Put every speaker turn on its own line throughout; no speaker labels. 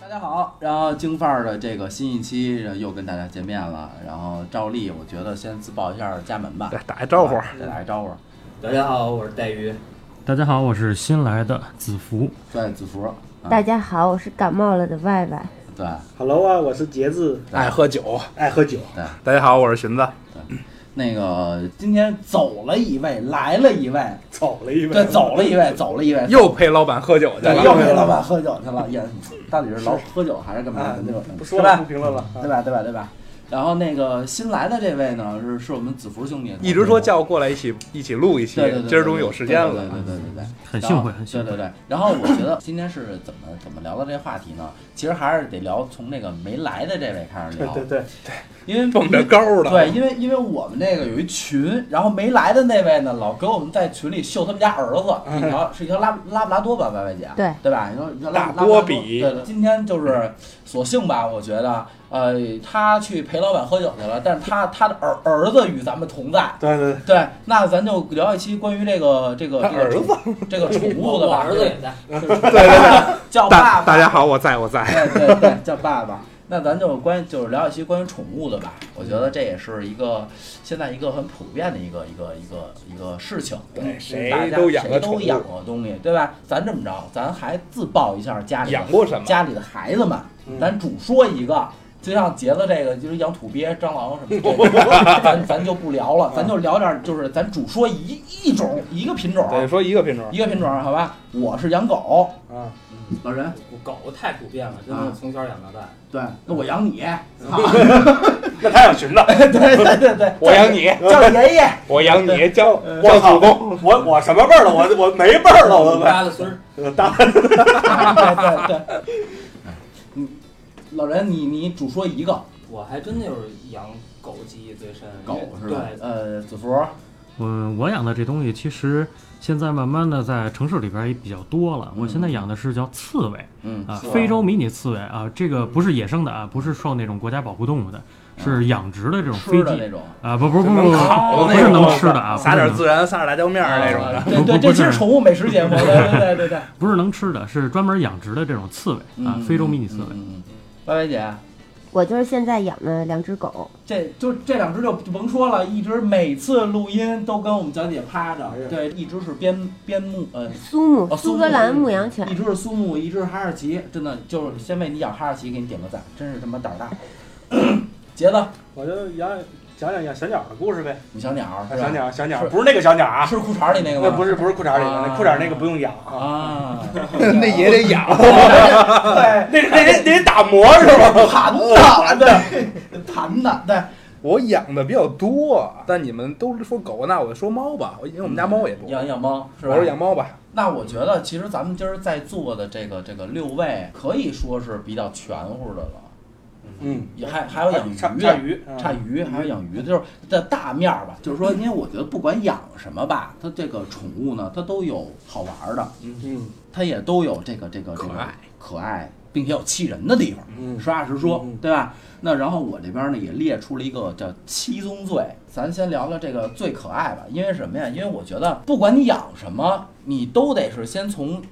大家好，然后京范儿的这个新一期呃又跟大家见面了。然后照例，我觉得先自报一下家门吧，
对，打一招呼。
再打一招呼。
大家好，我是戴鱼。
大家好，我是新来的子福。
对，子福，啊
大家好，我是感冒了的外外。
对
Hello 啊，我是杰子，
爱喝酒。
爱喝酒。
大家好，我是荀子。
那个今天走了一位，来了一位，
走了一位，
对，走了一位，走了一位，
又陪老板喝酒去
对，
了。
又给老板喝酒去了，也到底是老喝酒还是干嘛
啊
的那种，，
不说
对
了，不
吧？
评论了。啊
嗯
对吧？对吧？对吧？然后那个新来的这位呢，是是我们子福兄弟，
一直说叫过来一起一起录一期
对，对对，
今儿终于有时间
对对
了。
对对对对，
很幸会很幸会
啊对对对，然后我觉得今天是怎么怎么聊到这话题呢？其实还是得聊从那个没来的这位开始
对
聊，
对对，
因为
蹦着高的，
对，因为因为我们那个有一群，然后没来的那位呢，老跟我们在群里秀他们家儿
嗯
子，一条是一条拉拉布拉多吧，白白姐，啊
对
对吧？你说你说拉
大
拉布拉
多比
对对。今天就是索性吧，我觉得，呃，他去陪老板喝酒去了，但是他他的儿儿子与咱们同在，
对对对，
对，那咱就聊一期关于这个这个
他
这个
儿子
宠这个宠物
我
的
我
吧，
儿子也在，
对对，叫爸
大大
爸，
家好，我在我 在。
对对对，叫爸爸。那咱就关就是聊一些关于宠物的吧，我觉得这也是一个现在一个很普遍的一个一个一个一个事情，
对谁
大家
都养
谁
个
都
宠物
养过东西，对吧？咱这么着，咱还自报一下家里的
养过什么？
家里的孩子们，咱主说一个，就像杰子这个就是养土鳖、蟑螂什么 的，咱咱就不聊了，咱就聊点儿就是咱主说一一种一个品种，啊
对，说一个品种。
一个品种，好吧？我是养狗，
啊，
老人
狗太普遍了，真的
啊
从小养到大。
对，那我养你，
那他想寻的，
对对对对，
我养你，
叫爷 爷，
我养你，叫
嗯
呃叫祖宗。
我我什么辈儿了？我我没辈儿了，我
我家的孙儿，
我大
啊对对对， 嗯，老人你你主说一个
我还真就是养狗记忆最深。
狗
因
是
为
吧？
对，
呃，子福，
我我养的这东西其实现在慢慢的在城市里边也比较多了。
嗯
我现在养的是叫刺猬
嗯
啊
是吧，
非洲迷你刺猬啊，这个不是野生的啊，不是受那种国家保护动物的，是养殖的这种
嗯
飞
吃的那
机
种，
啊，不不不不
能烤的
不，不
那种
是能吃的 啊，
撒
不是
点
能
孜然，撒点辣椒面儿那种 的。
啊对对，
不
这
不
期是
是
宠物美食节目，对对对对对。
不是能吃的，是专门养殖的这种刺猬啊
嗯，
非洲迷你刺
嗯
猬。
嗯嗯嗯白白姐，
我就是现在养的两只狗，
这就这两只就就甭说了，一只每次录音都跟我们讲解趴着
哎呀，
对，一只是边边牧，呃，
苏姆、
哦苏
苏
姆
格兰牧羊犬
一，只是苏牧，一只是哈士奇，真的就是先为你养哈士奇给你点个赞，真是他妈胆儿大。 杰子，
我就养讲讲养小鸟的故事呗。
你小鸟儿是吧？
小鸟，小鸟
是
不是那个小鸟啊，
是裤衩里那个
那
吗？
不是不是裤衩里的，
啊
那裤衩那个不用养啊。
啊，
那也得 养，
对，
那那人那人打磨是吧？
盘子，对，盘子，对，
我养的比较多，啊但你们都说狗，那我说猫吧，我因为我们家猫也多。
养养猫是吧？
我说养猫吧，
那我觉得，其实咱们今儿在座的这个这个六位，可以说是比较全乎的了。
嗯，
也还还有养鱼
差
的，
啊差鱼，嗯
差
鱼，
鱼，还有养鱼的，就是在大面儿吧，就是说，因为我觉得不管养什么吧，它这个宠物呢，它都有好玩儿的，
嗯
它也都有这个这个这
可
个
爱
可爱，并且有气人的地方。
嗯，
实话实说
嗯嗯，
对吧？那然后我这边呢也列出了一个叫七宗罪，咱先聊聊这个最可爱吧。因为什么呀？因为我觉得不管你养什么，你都得是先从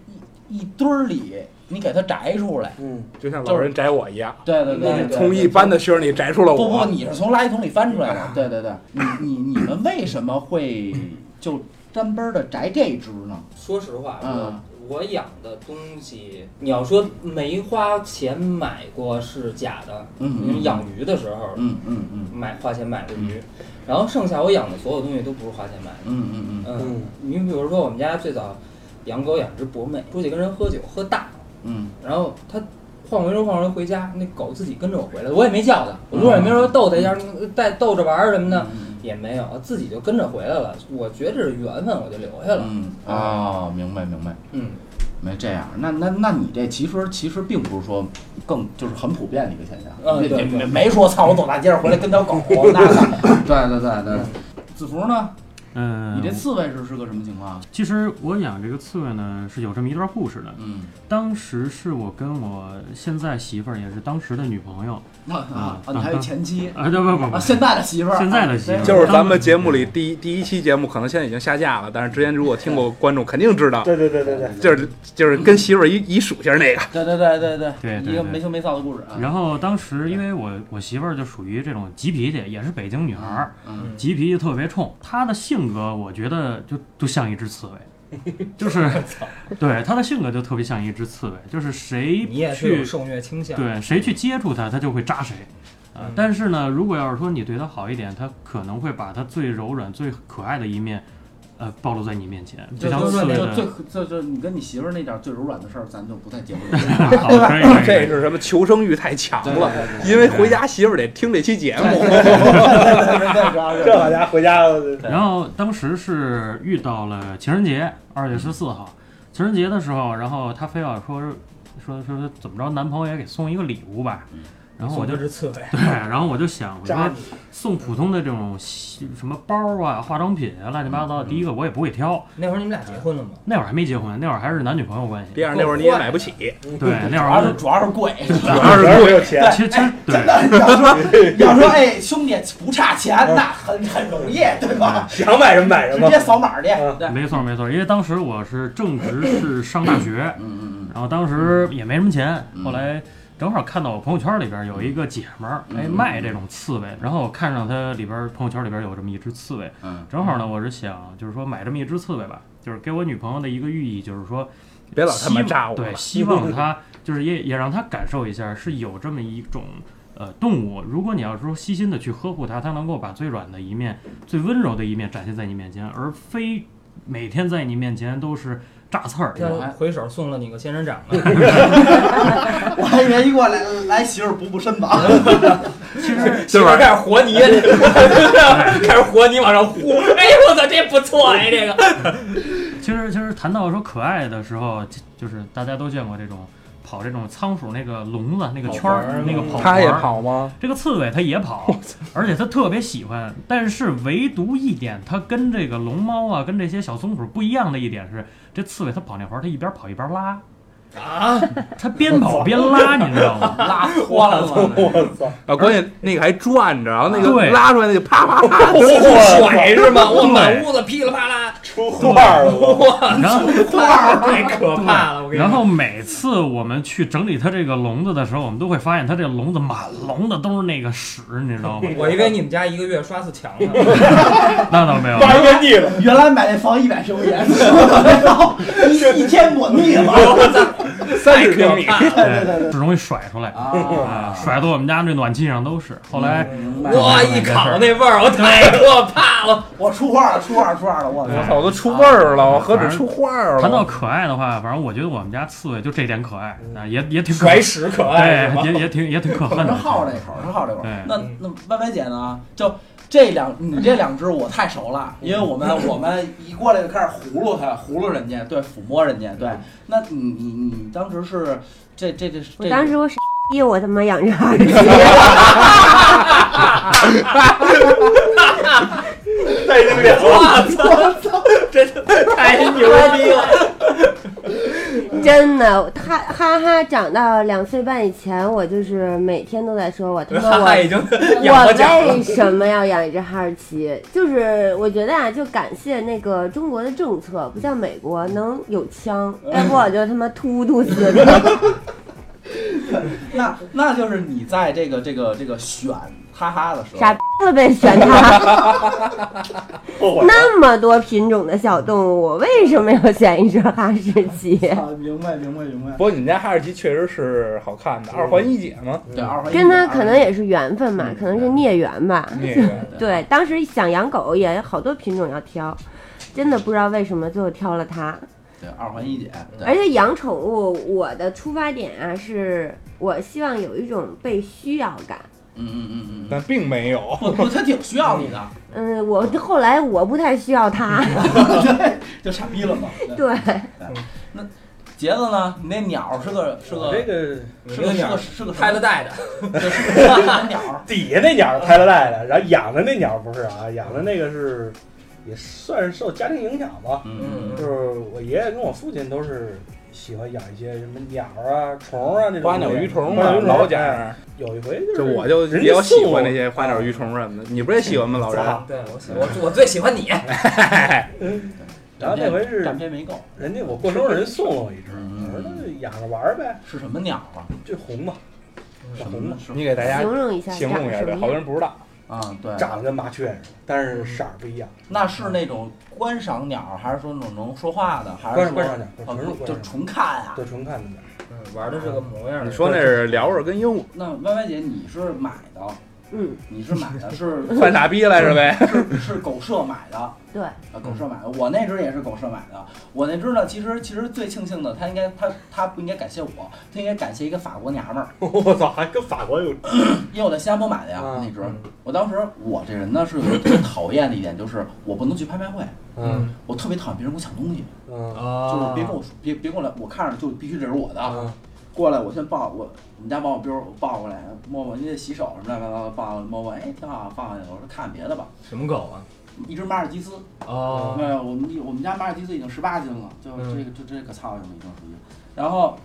一一堆儿里你给它摘出来。
嗯，
就像老人摘我一样，
对对对对对，
从一般的芯儿里摘出了
不不，
我。
你是从垃圾桶里翻出来的。对对对，你你你们为什么会就单奔的摘这只呢？
说实话，
嗯
我我养的东西，你要说没花钱买过是假的，
嗯
因为养鱼的时候
嗯嗯嗯
买花钱买的鱼，然后剩下我养的所有东西都不是花钱买的。
嗯嗯
嗯，你比如说我们家最早养狗养只博美，出去跟人喝酒喝大了。
嗯
然后他晃悠悠晃悠悠回家，那狗自己跟着我回来，我也没叫它，我路上也没说逗它一下，呃带逗着玩儿什么的，
嗯
也没有，自己就跟着回来了。我觉得这是缘分，我就留下了。
嗯啊，明白明白。
嗯，
没这样，那那那你这其实其实并不是说更就是很普遍的一个现象，
嗯
你
对
你
对
没没说操，我走大街上回来跟条狗，那个，对对对对，子福呢？
嗯，
你这刺猬是是个什么情况？
其实我养这个刺猬呢，是有这么一段故事的。
嗯，
当时是我跟我现在媳妇儿，也是当时的女朋友
那啊
啊，
啊你还有前妻
啊，不不不
啊，
不，
现在的媳妇儿，
现在的媳妇儿
就是咱们节目里第一第一期节目，可能现在已经下架了，但是之前如果听过观众肯定知道，
对对对对对，
就是就是跟媳妇儿一一属性那个，
对对对对对
对对
一个
对
没羞没臊的故事啊。
然后当时因为我我媳妇儿就属于这种急脾气，也是北京女孩儿，
嗯，
急脾气特别冲。她的性格我觉得就就像一只刺猬，就是 对她的性格就特别像一只刺猬，就是谁
你也是有
去
受虐倾向，
对谁去接触它，它就会扎谁。啊、
嗯
但是呢，如果要是说你对它好一点，它可能会把它最柔软、最可爱的一面，呃，暴露在你面前，
就
像
就
刺
是
猬
就最
的。
就就你跟你媳妇儿那点儿最柔软的事儿，咱就不太节目里
好，可以可以可
这
以。
是什么求生欲太强
对
了，
对
因为回家媳妇儿得听这期节目，
对，主要是
这好家伙回家
然后当时是遇到了情人节，二月十四号，情人节的时候，然后她非要说说说说怎么着，男朋友也给送一个礼物吧
嗯。
然后我就
就是刺猬，
对，然后我就想，我
扎
说
你，
送普通的这种西什么包啊、化妆品啊、乱七八糟的，第一个我也不会挑，
那会儿你们俩结婚了吗？
那会儿还没结婚，那会儿还是男女朋友关系。
第二那会儿你也买不起，
对，那
主
会
要是
儿
主要是 贵。
主要是没有钱，
其实其实对
要说哎，兄弟不差钱，那很很容易，对吧？
想买什么买什
直
么
接。扫码去。
嗯
对，
没错没错，因为当时我是正值是上大学，
嗯嗯
然后当时也没什么钱，
嗯
后来正好看到我朋友圈里边有一个姐们儿
嗯
哎卖这种刺猬，然后我看上她里边朋友圈里边有这么一只刺猬，
嗯
正好呢我是想就是说买这么一只刺猬吧，就是给我女朋友的一个寓意就是说
别老他妈扎我
对，
了。
希望他 就是也也让他感受一下是有这么一种呃动物。如果你要是说细心的去呵护它，它能够把最软的一面、最温柔的一面展现在你面前，而非每天在你面前都是炸刺儿。
对
像回手送了你个仙人掌呢，
嗯， 我还以为一过来来媳妇儿补补身吧。
其实
对吧
开始和泥，开始和泥往上呼，哎我操，这不错哎，这个
其实其实谈到说可爱的时候，就就是大家都见过这种跑这种仓鼠那个笼子那个圈
跑环
儿
儿啊
那个跑
他也
环儿
跑吗？
这个刺猬它也跑， 而且它特别喜欢。但是唯独一点，它跟这个龙猫啊，跟这些小松鼠不一样的一点是，这刺猬它跑那环儿，它一边跑一边拉，
啊，
它边跑边 拉，你知道吗？
拉花了吗？
我操！
啊，关键那个还转着，然后那个
对
拉出来那就啪啪啪，
甩是吗？我
对
满屋子噼里啪啦，
出画了，我
然后
太可 怕了，我跟你
然
说。？
后每次我们去整理它这个笼子的时候，我们都会发现它这笼子满笼子都是那个屎，你知道吗
我以为你们家一个月刷次墙呢，
那倒没有，
挖一个腻了，
原来买那房一百平米，然后一一天我腻了。
三十平米。
啊
对，只容易甩出来啊，甩到我们家那暖气上都是。后来
明白
哇，一烤那味儿，我太可怕了。
我出画了，出画了，出画了，我
对
我操，我都出味儿了，我何止出花儿
谈到
了？
可爱的话，反正我觉得我们家刺猬就这点可爱啊，也也挺可
甩屎可爱是吧
对，？也也挺也挺可恨
是
的。
好这口，是好这口
对。
那那歪歪姐呢？就这两，你这两只我太熟了，因为我们我们一过来就开始葫芦它，葫芦人家，对，抚摸人家，对。那你你你当时是这这这
我
这，
当时我傻逼，我他妈养着二十，
太经典了。
真的太牛逼了！
真的，他哈哈长到两岁半以前，我就是每天都在说，我他 妈
哈哈已
我
经养
我
过奖了
为什么要养一只哈士奇？就是我觉得啊，就感谢那个中国的政策，不像美国能有枪， 要不我就他妈突突死他。
那那就是你在这个这个这个选哈哈的时候，
傻逼了呗，选它
后悔
那么多品种的小动物，我为什么要选一只哈士 奇？
啊，明白明白明白
不。过你们家哈士奇确实是好看的，二环一姐嘛，
对，二环一
跟它
二环
可能也是缘分吧，
嗯
可能是孽缘吧。
那个
对，当时想养狗也好多品种要挑，真的不知道为什么最后挑了它。
对二环一姐，对
而且养宠物，我的出发点啊，是我希望有一种被需要感。
嗯嗯嗯嗯，
但并没有。
不不，他挺需要你的，
嗯，我后来我不太需要 它。
对，就傻逼了嘛。对
对，
杰子呢？你那鸟是个是个
这个
是个是个是个
开
什
了
么
带的，
对是个鸟儿，
底下那鸟是拍了带的，然后养的那鸟不是啊，养的那个是也算是受家庭影响吧。
嗯
就是我爷爷跟我父亲都是喜欢养一些什么鸟啊、虫啊那种东
花
西。
鸟鱼虫
花
嘛，
鸟鱼虫
老家
哎
儿，
有一回就是
就我就
人
比
家
较喜
送我
欢那些花鸟鱼虫什么的。你不是也喜欢吗，老人？
砸
对我喜我我最喜欢你，
然后那回是
干片没够，
人家我过生日人送了我一只，
嗯
我说那就养着玩儿呗，
是什么鸟啊？
就红吧，
嗯什
小红
么
吧，
什么
你给大家
形容一下，
形
长
容一下，
什
对，
么
好多
样？
人不知道。
啊？对，
长得跟麻雀似的，但是色儿不一样。
那是那种观赏鸟，还是说那种能说话的，还
观
是说
赏观赏鸟，
啊
纯是
不
观
就
赏鸟，
纯看啊？
对纯看的鸟。
嗯，玩的是个模样儿。
你说那是辽耳跟鹦 鹉，
那歪歪姐，你是买的，
嗯，
你是买的， 是
犯傻逼来着呗？
是是狗舍买的，啊，
对，
狗
嗯
舍买的。我那只也是狗舍买的。我那只呢，其实其实最庆幸的，他应该他他不应该感谢我，他应该感谢一个法国娘们儿，
我操，还跟法国有
因为我在新加坡买的呀，
啊
那只。我当时我这人呢是有一个特别讨厌的一点，就是我不能去拍卖会，
嗯
我特别讨厌别人给我抢东西，
嗯
就是
啊，
别跟我说别别过来，我看着就必须这是我的。
啊
过来，我先抱我，我们家把我彪我抱过来，摸摸你得洗手什么乱七八糟的，抱摸摸，哎，挺好，放下去。我说看别的吧，
什么狗啊？
一只马尔济斯，
哦
没，有，我们我们家马尔济斯已经十八斤了，就
嗯
这个就这个操性已经属于。然后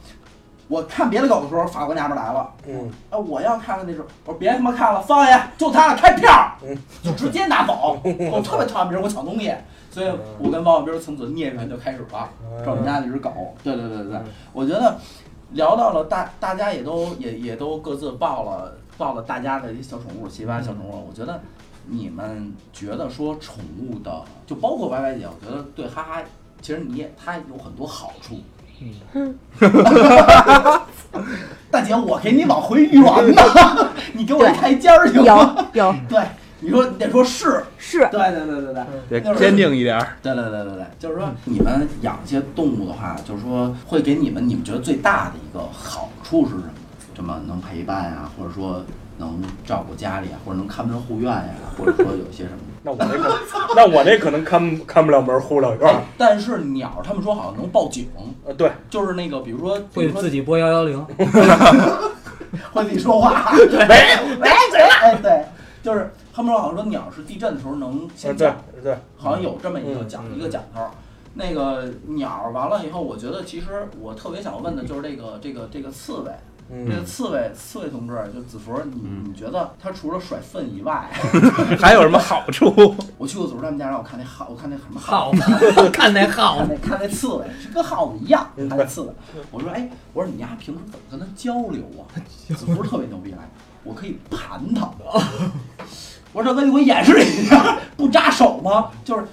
我看别的狗的时候，法国娘们儿来了，
嗯，
啊，我要看看那只，我说别他妈看了，放下，就它了，开票
嗯，
就直接拿走。我特别讨厌别人给我抢东西，所以我跟王小彪从此孽缘就开始了。找我们家那只狗。对对对对对
嗯，
我觉得聊到了大，大家也都也也都各自报了报了大家的一小宠物，奇葩小宠物。我觉得你们觉得说宠物的，就包括 Y Y 姐，我觉得对哈哈，其实你也它有很多好处。嗯，大姐，我给你往回圆呢，你给我一台阶儿行吗？
嗯 有有
对，你说你得说是，
是
对对对对对。
得坚定一点儿。
对对对对对，就是说你们养一些动物的话，就是说会给你们你们觉得最大的一个好处是什么？什么能陪伴啊，或者说能照顾家里啊，或者能看门护院呀、或者说有些什么？
那我那可那我那可能看不看不了门儿，护不了院
哎
儿。，
但是鸟他们说好像能报警，
呃，对，
就是那个比如说比
会
如说
自己拨幺幺零，
会自己说话， 喂喂喂， 哎对，就是他们说好像说鸟是地震的时候能
呃
先叫
对对，
好像有这么一个
嗯
讲、
嗯
一个讲头儿。那个鸟儿完了以后，我觉得其实我特别想问的就是这个这个这个刺猬，这个
嗯，
刺猬刺猬同志，就子福，你
嗯
你觉得它除了甩粪以外，
还有什么好处？
我去过子福他们家，让我看那耗，我看那什么耗，
耗子， 看那耗
看
子，
那看那刺猬是跟耗子一样，
嗯
看那刺猬，我说哎，我说你丫平时怎么跟它交流啊？子福特别牛逼来，我可以盘它， 我说大哥你给我演示一下，不扎手吗？就是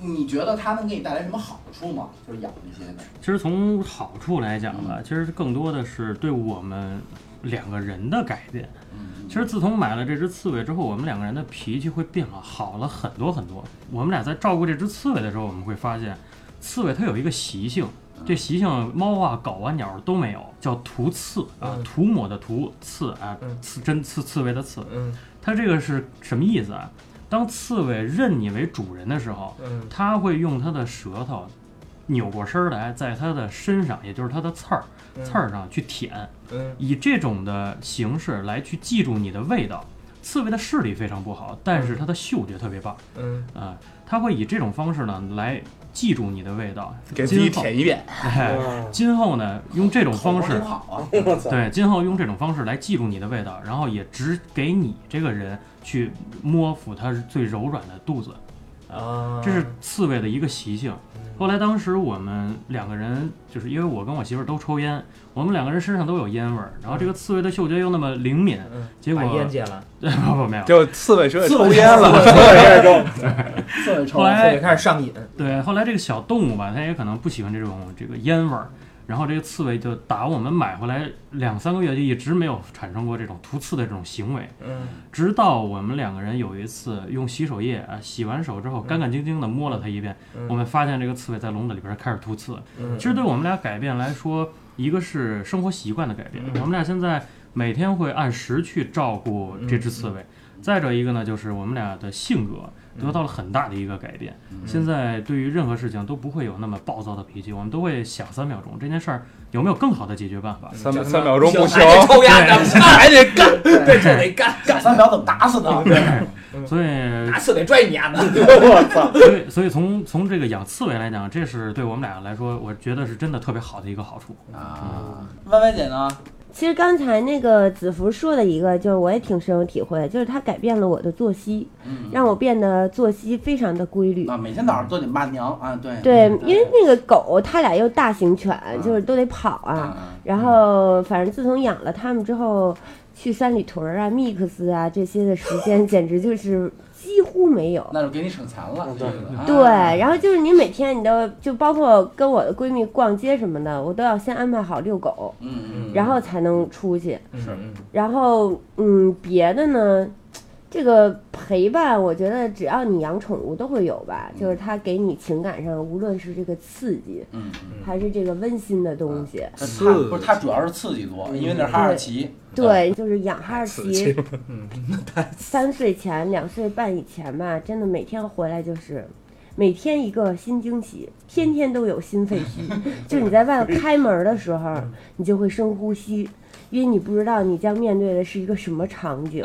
你觉得它能给你带来什么好处吗？就是养这些的。
其实从好处来讲吧，其实更多的是对我们两个人的改变。
嗯，
其实自从买了这只刺猬之后，我们两个人的脾气会变了，好了很多很多。我们俩在照顾这只刺猬的时候，我们会发现，刺猬它有一个习性，
嗯
这习性猫啊、狗啊、鸟儿都没有，叫涂刺啊
嗯，
涂抹的涂刺啊
嗯，
刺针刺刺猬的刺。
嗯
它这个是什么意思啊？当刺猬认你为主人的时候，
嗯
它会用它的舌头扭过身儿来，在它的身上，也就是它的刺儿刺儿上去舔。
嗯
以这种的形式来去记住你的味道。刺猬的视力非常不好，但是它的嗅觉特别棒
嗯
啊、它会以这种方式呢来记住你的味道，
给自
今
己
后
舔一遍，
哎
嗯
今后呢，用这种方
口活
式
挺，好啊，
我操，
对，今后用这种方式来记住你的味道，然后也只给你这个人去摸抚它最柔软的肚子，
啊，
这是刺猬的一个习性。
嗯
后来当时我们两个人，就是因为我跟我媳妇儿都抽烟，我们两个人身上都有烟味儿，然后这个刺猬的嗅觉又那么灵敏，
嗯，
结果
把烟戒了，
不 不没有，
就刺猬学会 抽烟
了
了。
这种
刺猬抽
后来
这就开始上瘾，
对，后来这个小动物吧，它也可能不喜欢这种这个烟味儿，然后这个刺猬就打我们买回来两三个月就一直没有产生过这种突刺的这种行为，
嗯
直到我们两个人有一次用洗手液啊洗完手之后干干净净的摸了它一遍，
嗯
我们发现这个刺猬在笼子里边开始突刺。
嗯，
其实对我们俩改变来说，一个是生活习惯的改变，
嗯
我们俩现在每天会按时去照顾这只刺猬。再者一个呢，就是我们俩的性格得到了很大的一个改变。
嗯
现在对于任何事情都不会有那么暴躁的脾气，我们都会想三秒钟这件事儿有没有更好的解决办法。
三秒三秒钟不行，
哎臭丫 头，那还得干，对，这得干，
干三秒怎么打死 呢？
所以
打死得拽你丫啊的。
所以，所以从从这个养刺猬来讲，这是对我们俩来说，我觉得是真的特别好的一个好处。
啊，歪歪姐呢？
其实刚才那个子福说的一个，就是我也挺深有体会，就是它改变了我的作息，
嗯，
让我变得作息非常的规律。
啊，每天早上都得骂娘啊，对
对，
嗯
因为那个狗它俩又大型犬，就是都得跑啊。
嗯
然后反正自从养了它们之后，去三里屯儿啊、mix 啊这些的时间简直就是几乎没有。
那就给你省钱了，
嗯对
这个啊
对，然后就是你每天你都就包括跟我的闺蜜逛街什么的，我都要先安排好遛狗，
嗯嗯，
然后才能出去。
是
嗯
然后，嗯，别的呢，这个陪伴，我觉得只要你养宠物都会有吧，
嗯
就是它给你情感上，无论是这个刺激，
嗯，
还是这个温馨的东西，
它
刺
不是它主要是刺激多，因为那是哈士奇，
对，就是养哈士
啊刺
奇
激，
三岁前、两岁半以前吧，真的每天回来就是。每天一个新惊喜，天天都有新废 墟。就是你在外头开门的时候，
嗯
你就会深呼吸，因为你不知道你将面对的是一个什么场 景。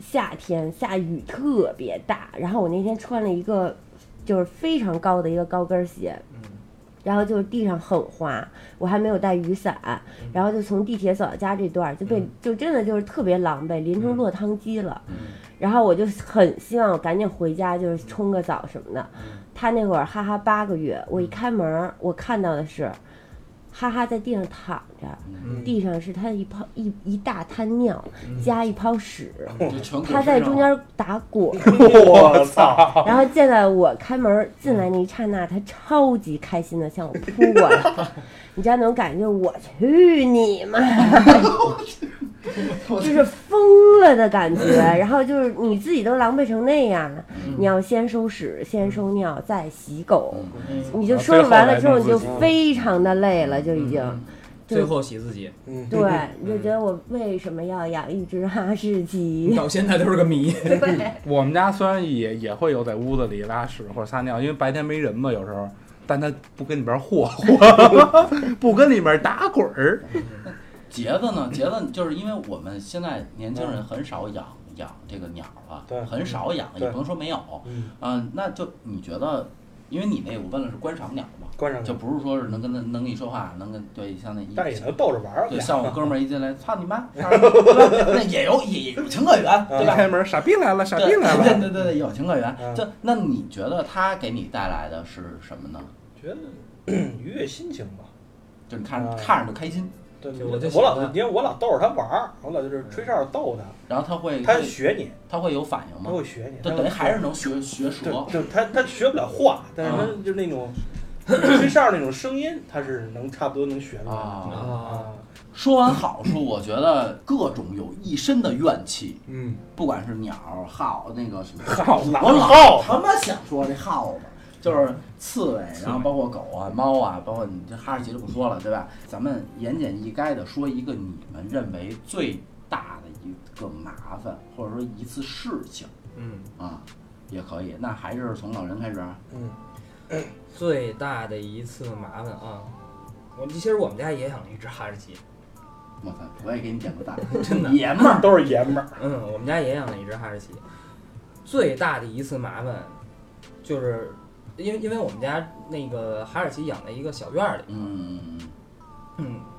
夏天下雨特别大，然后我那天穿了一个就是非常高的一个高跟鞋，
嗯
然后就是地上很滑，我还没有带雨伞，然后就从地铁走到家这段儿就被就真的就是特别狼狈，淋成落汤鸡了。然后我就很希望我赶紧回家，就是冲个澡什么的。他那会儿哈哈八个月，我一开门儿，我看到的是哈哈在地上躺着，地上是他一泡一一大滩尿加一泡屎，
这全狗
他在中间打滚儿。
我操！
然后见到我开门进来那一刹那，他超级开心的向我扑过来， 你知道那种感觉，我去你 妈！就是疯了的感觉，然后就是你自己都狼狈成那样了，
嗯
你要先收屎，先收尿，再洗狗，
嗯
你就收拾完了之后，你就非常的累了，就已经，
最
就
后洗自己，
嗯，
对，你就觉得我为什么要养一只哈士奇？
到现在都是个谜。
我们家虽然也也会有在屋子里拉屎或者撒尿，因为白天没人嘛，有时候，但他不跟里边霍霍， 不跟里边打滚儿。
杰子呢？杰子就是因为我们现在年轻人很少养养这个鸟了，
对
很少养，也
对
不能说没有。
嗯，
嗯，那就你觉得，因为你那我问了是观赏鸟嘛，
关上
就
它，
不是说是能跟他能跟你说话，能跟对像那一
但是也能逗着玩儿。
对像我哥们儿一进来，操你妈，对吧那也有也有情可原，对
一
吧？
开门，傻逼来了，傻
对
逼来
对
了。
对对对，有情可原。
嗯
就那你觉得它给你带来的是什么呢？
觉 得嗯愉悦心情吧。
就你看着
啊
看着就开心，
对，
就我就
我老
想问
因为我老逗着他玩儿，我老就是吹哨逗他，
然后它会
他
它
学你，
它会有反应
他
吗？
会学你，
嗯就
它
等于还是能学学舌
对，对，他他学不了话，但是他
嗯
就是那种吹哨那种声音，他是能差不多能学出来的
啊。
啊，
说完好处，我觉得各种有一身的怨气，
嗯，
不管是鸟儿、耗那个什么
耗子
我老
耗子
他妈想说这耗子，就是刺猬，然后包括狗啊、猫啊，包括你这哈士奇就不说了，对吧？咱们言简意赅的说一个你们认为最大的一个麻烦，或者说一次事情
嗯，
啊，也可以。那还是从老人开始啊，
嗯，
最大的一次麻烦啊，我其实我们家也养了一只哈士奇，
我操，我也给你点 个赞，
真的
爷们儿。
都是爷们儿，
嗯，我们家也养了一只哈士奇。最大的一次麻烦，就是因为因为我们家那个哈士奇养在一个小院儿里，
嗯
嗯，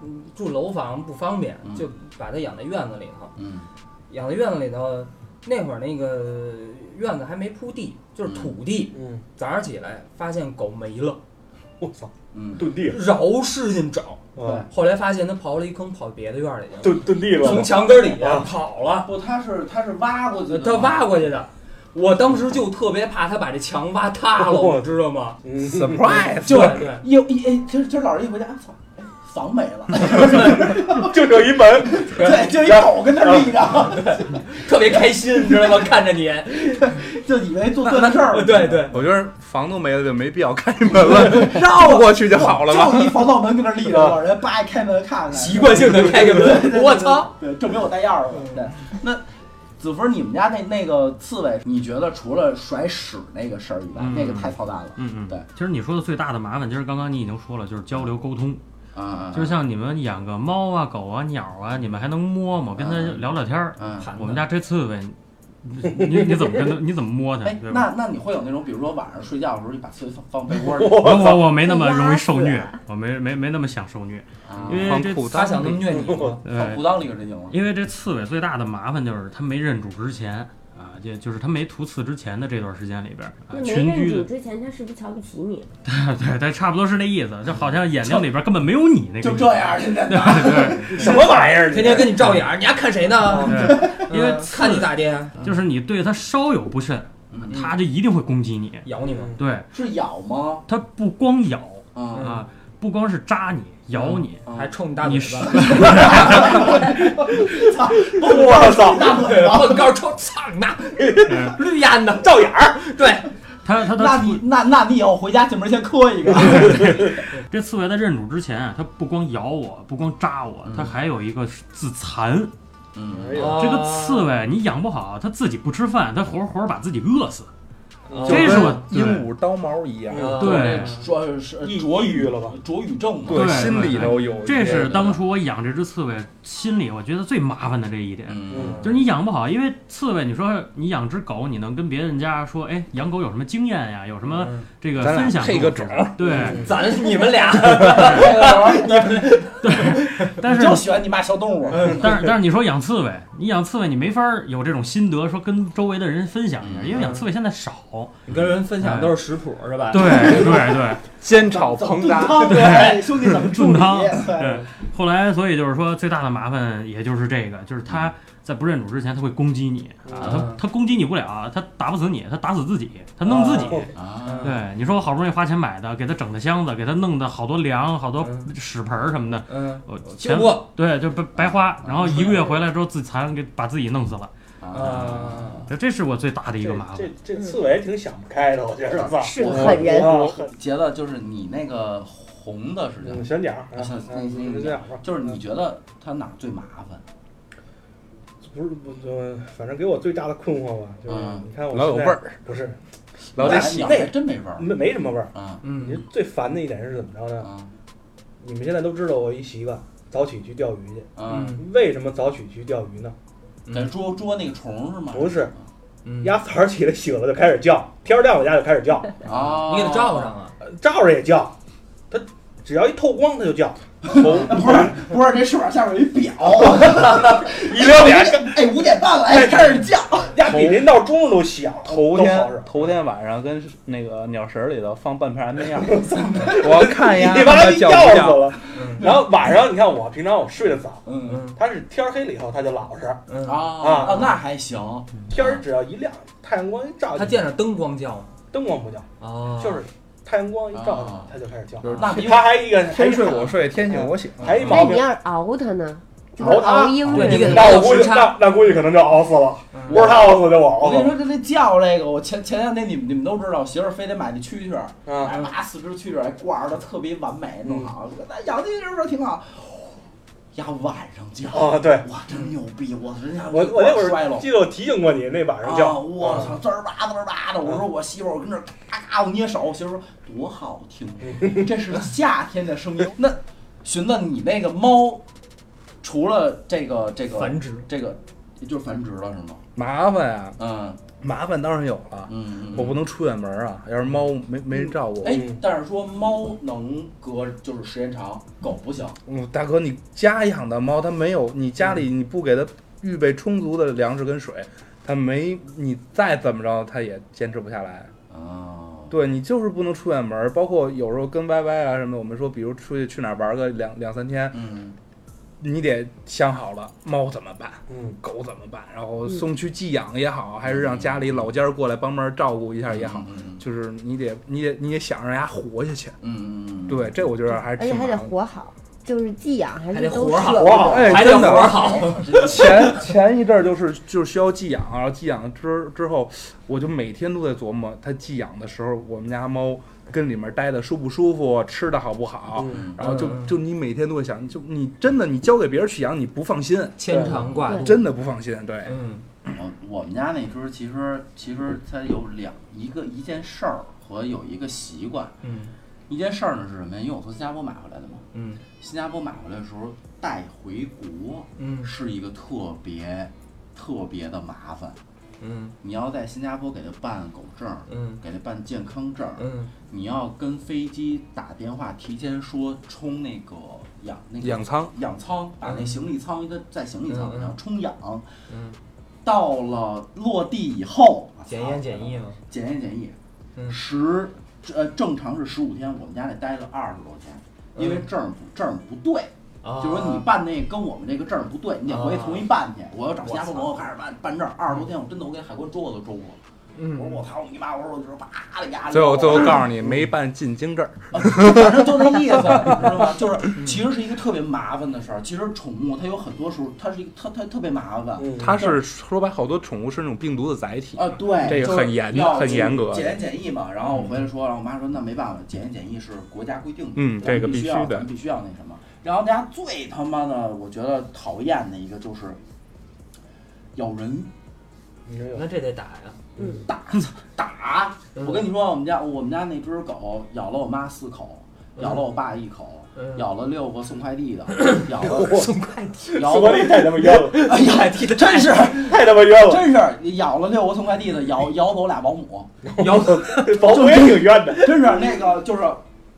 嗯住楼房不方便
嗯，
就把它养在院子里头。
嗯
养在院子里头，那会儿那个院子还没铺地，就是土地。
嗯，
早上起来发现狗没了，
我操，
嗯，
遁地了，
饶使劲找，
对。
后来发现它刨了一坑，跑别的院儿里去了，
遁遁地
从
了，
墙根儿底下
啊
跑了，
不，他是他是挖过去的，
它挖过去的。我当时就特别怕它把这墙挖塌了，
我
你知道吗？
嗯，
surprise，
就对，
一一哎，今儿今儿老师一回家，哎操，哎房没了，
就剩一门，
对，就一狗跟那儿立着，
特别开心，你知道吗？看着你，
就以为做对了事儿了，
对对，
我觉得房东没了就没必要开门 了，绕过去就好了嘛。
就一防盗门跟那儿立着，老人叭一开门看看，
习惯性的开个
对对对
门，我操！
对，证明我带钥匙了。对，那子枫，你们家那那个刺猬，你觉得除了甩屎那个事儿以外，
嗯
那个太操蛋了
嗯嗯，
对
其实你说的最大的麻烦，其实刚刚你已经说了，就是交流沟通。
啊！
就是像你们养个猫啊、狗啊、鸟啊，你们还能摸摸，跟它
嗯
聊聊天儿。
嗯，
盘
我们家这刺猬，你你你怎么跟它？你怎么摸它？
哎，
对吧？
那那你会有那种，比如说晚上睡觉的时候，你把刺猬放放被窝里，
我我我没那么
拉
容易
死
受虐，我没没没那么想受虐，
啊
因为
放
这
裤裆
他想能
里
虐你吗？
放
呃
裤，裆里可真行了。
嗯因为这刺猬最大的麻烦就是它没认主之前啊，就就是它没吐刺之前的这段时间里边，啊
那、没
群
认
居
主
的，
之前，他是不是瞧不起你？
对对，差不多是那意思，就好像眼睛里边根本没有你那个意思。
就这样，现在
什么玩意儿？
天天跟你照眼儿，你还看谁呢？
对，
嗯
因为
看你咋的啊呀？
就是你对它稍有不慎，
嗯
它就一定会攻击你。
咬你吗？
对，
是咬吗？
它不光咬
嗯
啊，不光是扎你、咬你，
嗯
还冲你大
你
嘴
是
巴？
我操，
大腿了。
我告诉冲，操你妈！
嗯
绿烟的，照眼儿。对，
它它
那
它
你那那你以后回家进门先磕一 个，
这刺猬在认主之前啊，它不光咬我，不光扎我，它
嗯
还有一个是自残。
嗯，
哎
啊
呦
这个刺猬你养不好，它自己不吃饭，它活活把自己饿死。
哦，
这是我
就跟鹦鹉刀毛一样，
嗯
对
说是
抑
浊
郁
语
了吧？
浊语症嘛。
对
心里头有一
这
些
是当初我养这只刺猬心里我觉得最麻烦的这一点，
嗯
就是你养不好，因为刺猬，你说你养只狗，你能跟别人家说，哎，养狗有什么经验呀，有什么
嗯
嗯
这个
咱俩
分享？
配个种，
对，
咱你们俩，
但是
你就喜欢你骂小动物，
但是但是你说养刺猬，你养刺猬你没法儿有这种心得，说跟周围的人分享一下，
嗯
因为养刺猬现在少。
你跟人分享都是食谱是吧？
对对对
哎煎炒烹
炖
炸，
汤对，兄弟怎么处理
炖汤？
对
对。后来所以就是说最大的麻烦也就是这个，就是它在不认主之前，它会攻击你啊，它
嗯
它攻击你不了，它打不死你，它打死自己，它弄自己。
哦
啊，
对，你说我好不容易花钱买的，给它整的箱子，给它弄的好多粮、好多
嗯
屎盆儿什么的，
嗯，
我
就
钱
我
对就白白花，然后一个月回来之后自残，给把自己弄死了，
啊，
这这是我最大的一个麻烦。
这这这刺猬挺想不开啊的，我觉得
是狠人
我狠
杰子，就是你那个红的是叫什
嗯
么，
小鸟儿，
小
嗯
那那
嗯小鸟儿吧，
就是你觉得它哪儿最麻烦？
嗯不是不就反正给我最大的困惑吧，就是
嗯
你看我
老有味
现在，
儿，
不是
老
那
得洗
鸟还真没味儿
没没什么味儿。
啊
你
嗯，
最烦的一点是怎么着呢？
啊
你们现在都知道我一习惯，早起去钓鱼去。
啊！
为什么早起去钓鱼呢？
得捉捉那个虫是吗？
不是
嗯，
鸭早上起来醒了就开始叫，天儿亮我家就开始叫，
啊，
你给它罩上啊，
呃照着也叫，它只要一透光它就叫。
不是不是，这翅膀下面有一 表，
一溜脸，
哎，五点半了，哎，开始叫。
鸭比那闹钟都响。
头
都好
天
使
头天晚上跟那个鸟食里头放半片安眠 药， 我看呀，
你把它
它
给
叫
吊
不
死
叫？嗯
了。然后晚上你看我平常我睡得早，
嗯
它是天儿黑了以后它就老实，
嗯
嗯，
啊
啊
啊，那还行。
天儿只要一亮，太阳光一照，
它见着灯光叫吗？
灯光不叫，
哦，
就是太阳光一照
啊
它就开始叫。
就是
那比
它还一个还一
天
个
睡我睡，天醒我醒。
还一
那
毛
你
病，
要是熬他呢？就是
熬它
熬鹰
对你给
人
它
呢。
那我估
时
计
差
那那估计可能就熬死了，
嗯
不是它熬死就我熬
我
死
跟你说，
了。
这这叫这个，我前前两天你们你们都知道，我媳妇儿非得买那蛐蛐儿，
啊，
拿四只蛐蛐儿还哎挂着的特别完美，弄好。那养那时候挺好，呀，晚上叫，
哦对，
哇，真牛逼！我人家
我我那会
摔
儿
了。
记得我提醒过你那晚上
啊！
叫，
我
嗯
操，滋儿吧滋儿吧的！我说我媳妇儿，我跟这儿咔咔我捏手，我媳妇儿说多好听，这是夏天的声音。那寻子，你那个猫除了这个这个
繁殖，
这个，也就是繁殖了是吗？
麻烦啊，
嗯
麻烦当然有了，
嗯，
我不嗯能出远门啊。要是猫没没人照顾我，
哎，但是说猫能隔就是时间长，狗不行。
嗯，大哥，你家养的猫它没有，你家里你不给它预备充足的粮食跟水，它没你再怎么着它也坚持不下来。
哦，
对你就是不能出远门，包括有时候跟 Y Y 啊什么的，我们说，比如出去去哪儿玩个两两三天，
嗯，
你得想好了，猫怎么办，
嗯，
狗怎么办，然
嗯
后送去寄养也好，还是让家里老家儿过来帮忙照顾一下也好，
嗯
就是你得你得你得想让它活下去。
嗯嗯，
对，这我觉得还是
而且
挺
还
麻
得
烦的。
活好，就是寄养还
还
是
得
都
活好
舍不
活好
得。
哎，
还得
真的，
活好，
前前一阵儿就是就是需要寄养，啊然后寄养之之后，我就每天都在琢磨它寄养的时候，我们家猫跟里面待的舒不舒服，吃的好不好，
嗯
然后就
嗯
就你每天都会想，就你真的你交给别人去养，你不放心，嗯
牵肠挂肚，
真的不放心。对，
嗯，
我我们家那只其实其实它有两一个一件事儿和有一个习惯。
嗯
一件事儿呢是什么呀？因为我从新加坡买回来的嘛，
嗯
新加坡买回来的时候带回国
嗯
是一个特别特别的麻烦。
嗯
你要在新加坡给他办狗证儿，
嗯
给他办健康证儿，
嗯
你要跟飞机打电话提前说冲那个氧那个
养仓
氧舱，把那行李舱一个在行李舱
嗯嗯嗯
上冲氧，
嗯，
到了落地以后，
检验检疫嘛，
检验检疫，
嗯
十呃正常是十五天，我们家那待了二十多天，因为
嗯
证儿不证儿不对，
啊
就是说你办那跟我们这个证儿不对，你得回去重新办去。我要找新加坡朋友开始办办证儿，二十多天我真的我给海关捉我都捉过，我说
嗯，
我操你妈，我说我就是啪的牙，
最后最后告诉你，没办进京证儿，
反正就那意思，你知道吗？就是其实是一个特别麻烦的事儿。其实宠物它有很多时候它是一个它它特别麻烦。
嗯，
它是说白，好多宠物是那种病毒的载体
啊，对，
这个
就是
很严
要
很严格
检验检疫嘛。然后我回来说，然后我妈说那没办法，检验检疫是国家规定的，
嗯
咱们
这个
必须
必须
要
的
咱们必须要那什么。然后大家最他妈的，我觉得讨厌的一个就是咬人
你这有
那这得打 呀，
嗯，
打打。我跟你说，我们家我们家那只狗咬了我妈四口，咬了我爸一口。
嗯
咬了六个送快递的，咬了
送
快递，咬
送快递
了，
太他妈冤了，
哎呀，真是
太他妈冤了，
真是咬了六个送快递的，咬咬走俩保姆，
咬
保姆也挺冤 的，
真是那个就是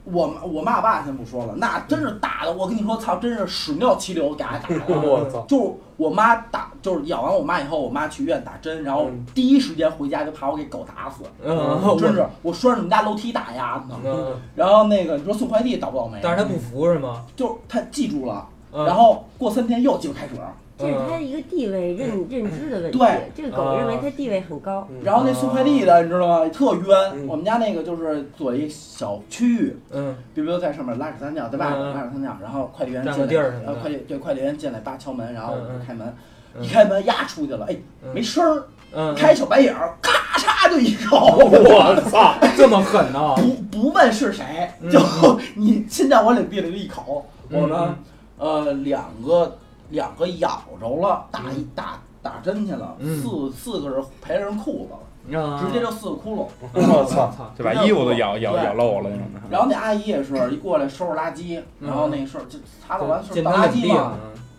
我妈我妈爸先不说了，那真是打的，我跟你说，操，真是屎尿齐流给俺打 的。
我操，
就是我妈打，就是咬完我妈以后，我妈去医院打针，然后
嗯
第一时间回家就怕我给狗打死，
嗯，
真是我拴着我们家楼梯打呀呢。
嗯，
然后那个你说送快递倒不倒霉？
但是他不服是吗？
就是他记住了，
嗯
然后过三天又鸡巴开始，
这是他的一个地位认认知的问题
对。
这个狗认为他地位很高，
嗯
然后那送快递的你知道吗？特冤。
嗯
我们家那个就是做一小区域，
嗯
比如说在上面拉屎撒尿，在外
嗯
面拉屎撒尿，然后快递员
占
进
个
来，
地儿什么的
呃，快递对快递员进来叭敲门，然后
嗯嗯
开门，
嗯
一开门呀出去了，哎，
嗯
没声儿，
嗯，
开小白眼儿，咔嚓就一 口，
我操，
这么狠呢？
不不问是谁，
嗯
就 你亲在我里闭了一口，
嗯
我呢，呃，两个两个咬着了，打一打打针去了，
嗯
四四个人赔了人裤子了，直接就四个窟窿。
嗯
嗯我操，
对吧？衣服都咬咬咬漏了那种的。
然后那阿姨也是一过来收拾垃圾，
嗯
然后那事儿就擦
就
了完事儿
简
倒
单
垃
冷地
圾嘛，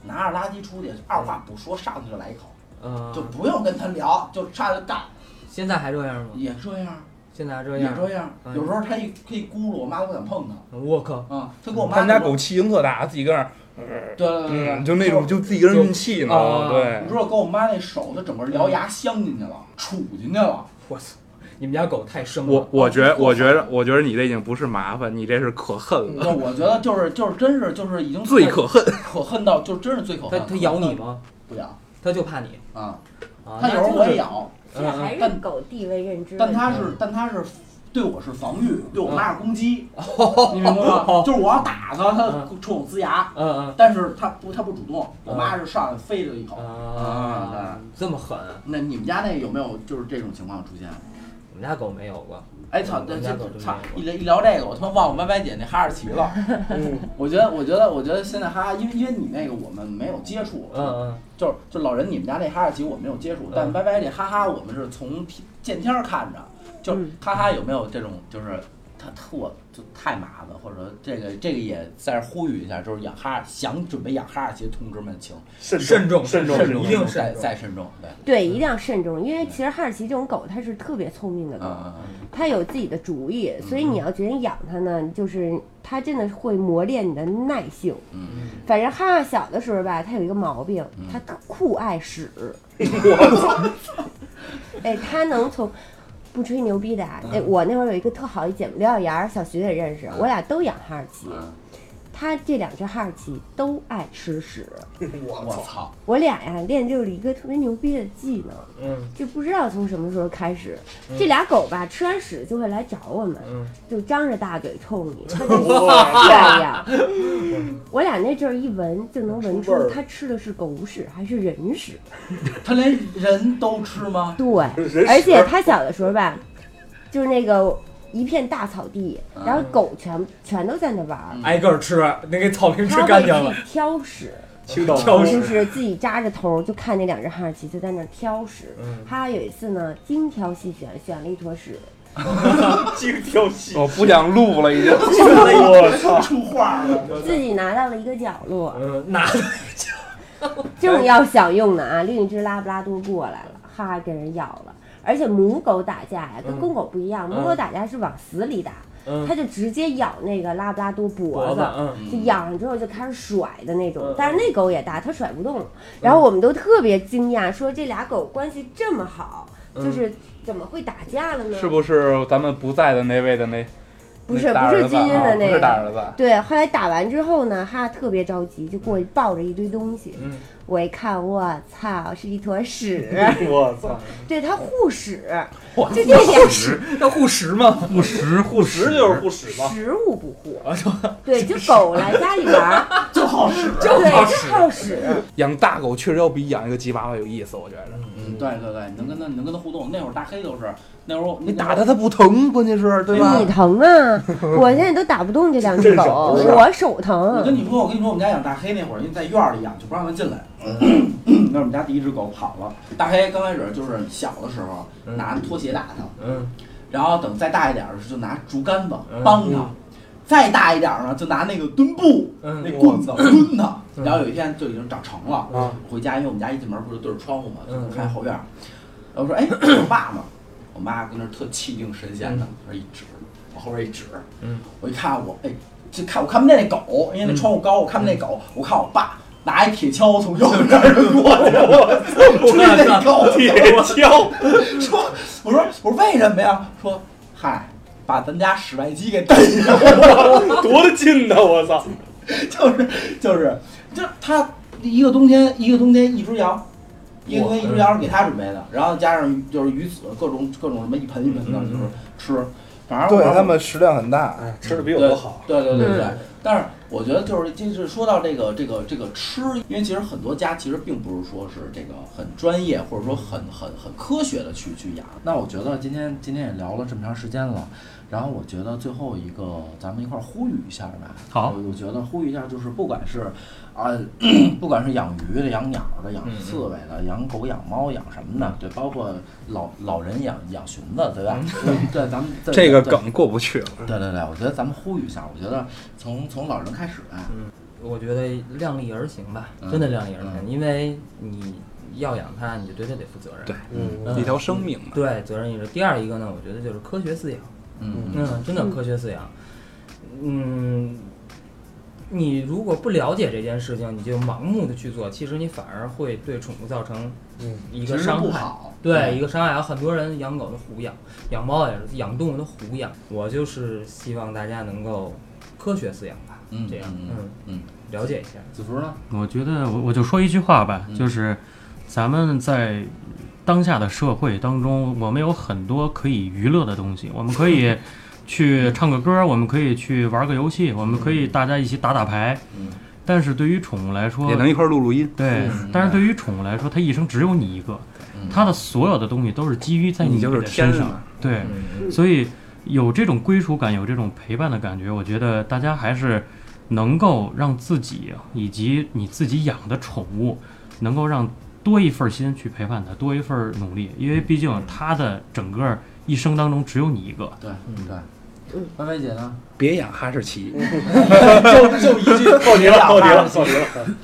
拿着垃圾出去，二话不说上去就来一口，
嗯，
就不用跟他聊，就上去干，
现在还这样吗？
也这样，
现在还嗯这
也
样？
这样。
嗯
有时候他一他一咕噜，我妈都不敢碰他
我靠！
啊。他跟我妈
他们家
就说
狗气性特大，自己跟那儿，
对对对对
嗯，就那种就自己跟人运气呢
啊，
对
你知。道跟我妈那手，她整个獠牙镶进去了，杵进去了。
我操，你们家狗太生
我
了。
我觉得，我觉得，我觉得你这已经不是麻烦，你这是可
嗯
恨了，
那我觉得就是就是真是就是已经
最可恨。
可恨到就真是最可
它
恨。
它咬你吗？
不咬
它就怕你
啊？
啊！
它有时候
那
我
就
也
是嗯
咬，
这还是狗地位认知问
但
题。
它是但它是对我是防御，对我妈是攻击，
哦
你明白 吗？就是我要打它，它冲我呲牙，
嗯
但是它不它不主动，我妈是上来飞了一口
嗯。啊，这么狠，
那你们家那有没有就是这种情况出现？
我们家狗没有过。
哎操！
我
这
们家狗
这
真
操！
没
一
有
聊一聊这个，我他妈忘了歪歪姐那哈士奇 了。
嗯，
我觉得，我觉得，我觉得现在哈哈，因为因为你那个我们没有接触
过，，嗯
就是就老人你们家那哈士奇我没有接触，但
嗯
歪歪这哈哈我们是从天见天儿看着，就是
嗯
哈哈有没有这种就是它特就太麻烦，或者说这个这个也在这呼吁一下，就是养哈想准备养哈士奇的同志们，请
慎
慎重
慎重，
慎
慎
重
重
一，定
再
慎重
再慎重，对，
对，一定要慎重，因为其实哈士奇这种狗它是特别聪明的狗，
嗯
它有自己的主意，所以你要决定养它呢，就是它真的会磨练你的耐性。
嗯嗯
反正哈哈小的时候吧，它有一个毛病，它特酷 爱屎。哎，它能从不吹牛逼的啊，
嗯
哎，我那会儿有一个特好一姐们刘小妍儿，小学也认识，我俩都养哈士奇，
嗯，
它这两只哈士奇都爱吃屎。
嗯
我操，
我俩呀练就了一个特别牛逼的技能，
嗯
就不知道从什么时候开始，
嗯
这俩狗吧吃完屎就会来找我们，
嗯
就张着大嘴冲 你，它就
哇嗯
这样。我俩那阵儿一闻就能闻
出味
出
儿
它吃的是狗屎还是人屎。
它连人都吃吗？
对，
人
而且
屎
它小的时候吧，就是那个一片大草地，
嗯
然后狗全全都在那玩儿，
挨个儿吃，那个草坪吃
它
干
会
净
自
了。
己挑屎。
青岛
挑
就
食
是自己扎着头儿就看那两只哈士奇就在那儿挑食。
嗯，
他有一次呢，精挑细选，选了一坨屎，
精挑细，
我不想录了，已经。
我操，出话了，
自己拿到了一个角落，
嗯，拿嗯哎
正要享用呢啊，另一只拉布拉多过来了，哈给人咬了。而且母狗打架呀，跟
嗯
公狗不一样，母
嗯
狗打架是往死里打，
嗯
它就直接咬那个拉布拉多脖
脖
子
子，，嗯，
就咬上之后就开始甩的那种
嗯。
但是那狗也大，它甩不动。然后我们都特别惊讶，说这俩狗关系这么好，
嗯
就是怎么会打架了呢？
是不是咱们不在的那位的那？
不是
那大
不是
儿子啊
金金的那
不是大
个。
儿子。
对，后来打完之后呢，哈特别着急，就过去抱着一堆东西。
嗯
我一看，我操，是一坨屎！
我 操，
对他护屎，
哇
就这点
食
要护食吗？
护食护
实
食
就是不使嘛，
食物不护。 对，就狗来家里玩儿，
就好使。
对，就好使。
养大狗确实要比养一个吉娃娃有意思，我觉得。
嗯，对对对，你能跟他，你能跟他互动。那会儿大黑都是，那会儿
你打它，它不疼，关键是对吧
你？疼啊！我现在都打不动这两只
这
狗，
手是吧
我手
我
疼。
跟你说，我跟你说，我们家养大黑那会儿，因为在院儿里养，就不让它进来。 那我们家第一只狗跑了，嗯大黑刚开始就是小的时候
嗯
拿拖鞋打它，
嗯
然后等再大一点儿的时候就拿竹竿子
嗯
帮它，再大一点儿呢就拿那个墩布那
嗯
棍子抡它。
嗯
然后有一天就已经长成了，
啊
回家因为我们家一进门不是对着窗户嘛，就能
嗯
看后院儿。然后我说：“ 哎，我爸呢？”我妈跟那儿特气定神闲的，说一指，往后边一指，
嗯，
我一看我哎，就看我看不见那狗，因为那窗户高，我看不见那
嗯
狗，我看我爸。拿一铁锹从右边儿就过去 了，我追那狗，
铁锹，
说，我说我说为什么呀？说，嗨，把咱家室外机给蹬下来了，
多得劲呢，我操，
就是就是，就是他一个冬天一个冬天一只羊，一个冬天一只羊是给他准备的，然后加上就是鱼子各种各种什么一盆一盆的，就是吃，反正
对
我
他们食量很大，
哎，吃的比我多好，
对对对对对
嗯。
但是我觉得就是就是说到这个这个这个吃，因为其实很多家其实并不是说是这个很专业或者说很很很科学的去去养。那我觉得今天今天也聊了这么长时间了。然后我觉得最后一个，咱们一块儿呼吁一下吧。
好
我我觉得呼吁一下，就是不管是啊、 不管是养鱼的、养鸟的、
嗯
养刺猬的、养狗、养猫、养什么的，对，包括老老人养养熊的，对吧？
嗯
对，咱们对
这个
对
梗过不去了。
嗯
对对对，我觉得咱们呼吁一下，我觉得从从老人开始吧。
嗯
我觉得量力而行吧，
嗯
真的量力而行，因为你要养它，你就对它得负责任。
对
嗯，
嗯
一条生命嘛，
对，责任意识。第二一个呢，我觉得就是科学饲养，
嗯
嗯，真的科学饲养，嗯，你如果不了解这件事情，你就盲目的去做，其实你反而会对宠物造成
嗯
一
其
个
实
伤
不
害。
好。
对，一个伤害，很多人养狗都胡养，养猫也是，养动物都胡养。我就是希望大家能够科学饲养吧，
嗯
这样，
嗯
嗯，
嗯，
了解一下，
子福呢？
我觉得我我就说一句话吧，
嗯
就是咱们在当下的社会当中，我们有很多可以娱乐的东西，我们可 以去唱个歌，我们可以去玩个游戏，我们可
嗯
以大家一起打打牌。
嗯
但是对于宠物来说
也，能一块儿录录音。
对
嗯，
但是对于宠物来说，它一生只有你一个，它的所有的东西都是基于在
嗯你
你
就是
的
天
身
上
上，对，
嗯，
所以有这种归属感，有这种陪伴的感觉，我觉得大家还是能够让自己以及你自己养的宠物，能够让多一份心去陪伴它，多一份努力，因为毕竟它的整个一生当中只有你一个。
对
嗯
对。
嗯
薇薇姐呢？
别养哈士奇，
就就一句，够你了，够你了，够你了，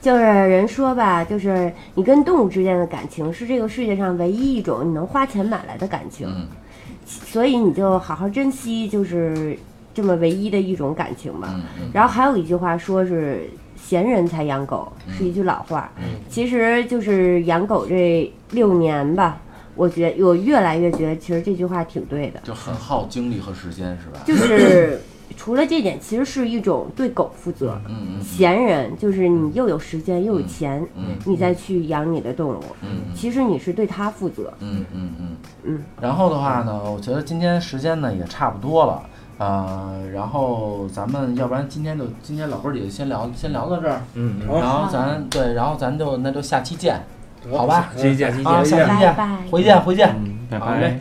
就是人说吧，就是你跟动物之间的感情是这个世界上唯一一种你能花钱买来的感情，
嗯
所以你就好好珍惜，就是这么唯一的一种感情吧。
嗯嗯
然后还有一句话说是闲人才养狗，是一句老话。
嗯
其实就是养狗这六年吧，我觉我越来越觉得，其实这句话挺对的，
就很耗精力和时间，是吧？
就是除了这点，其实是一种对狗负责。
嗯嗯
闲人就是你又有时间又有钱，
嗯
你再去养你的动物，
嗯
其实你是对它负责。
嗯嗯嗯
嗯。
然后的话呢，我觉得今天时间呢也差不多了。呃，然后咱们要不然今天就今天老哥儿几个先聊先聊到这儿，
嗯嗯，
好
然后咱对，然后咱就那就下期见，好吧？
再见，
下期
啊，
见，
下期见
拜拜，
回见回见。
嗯，拜
好
拜
嘞。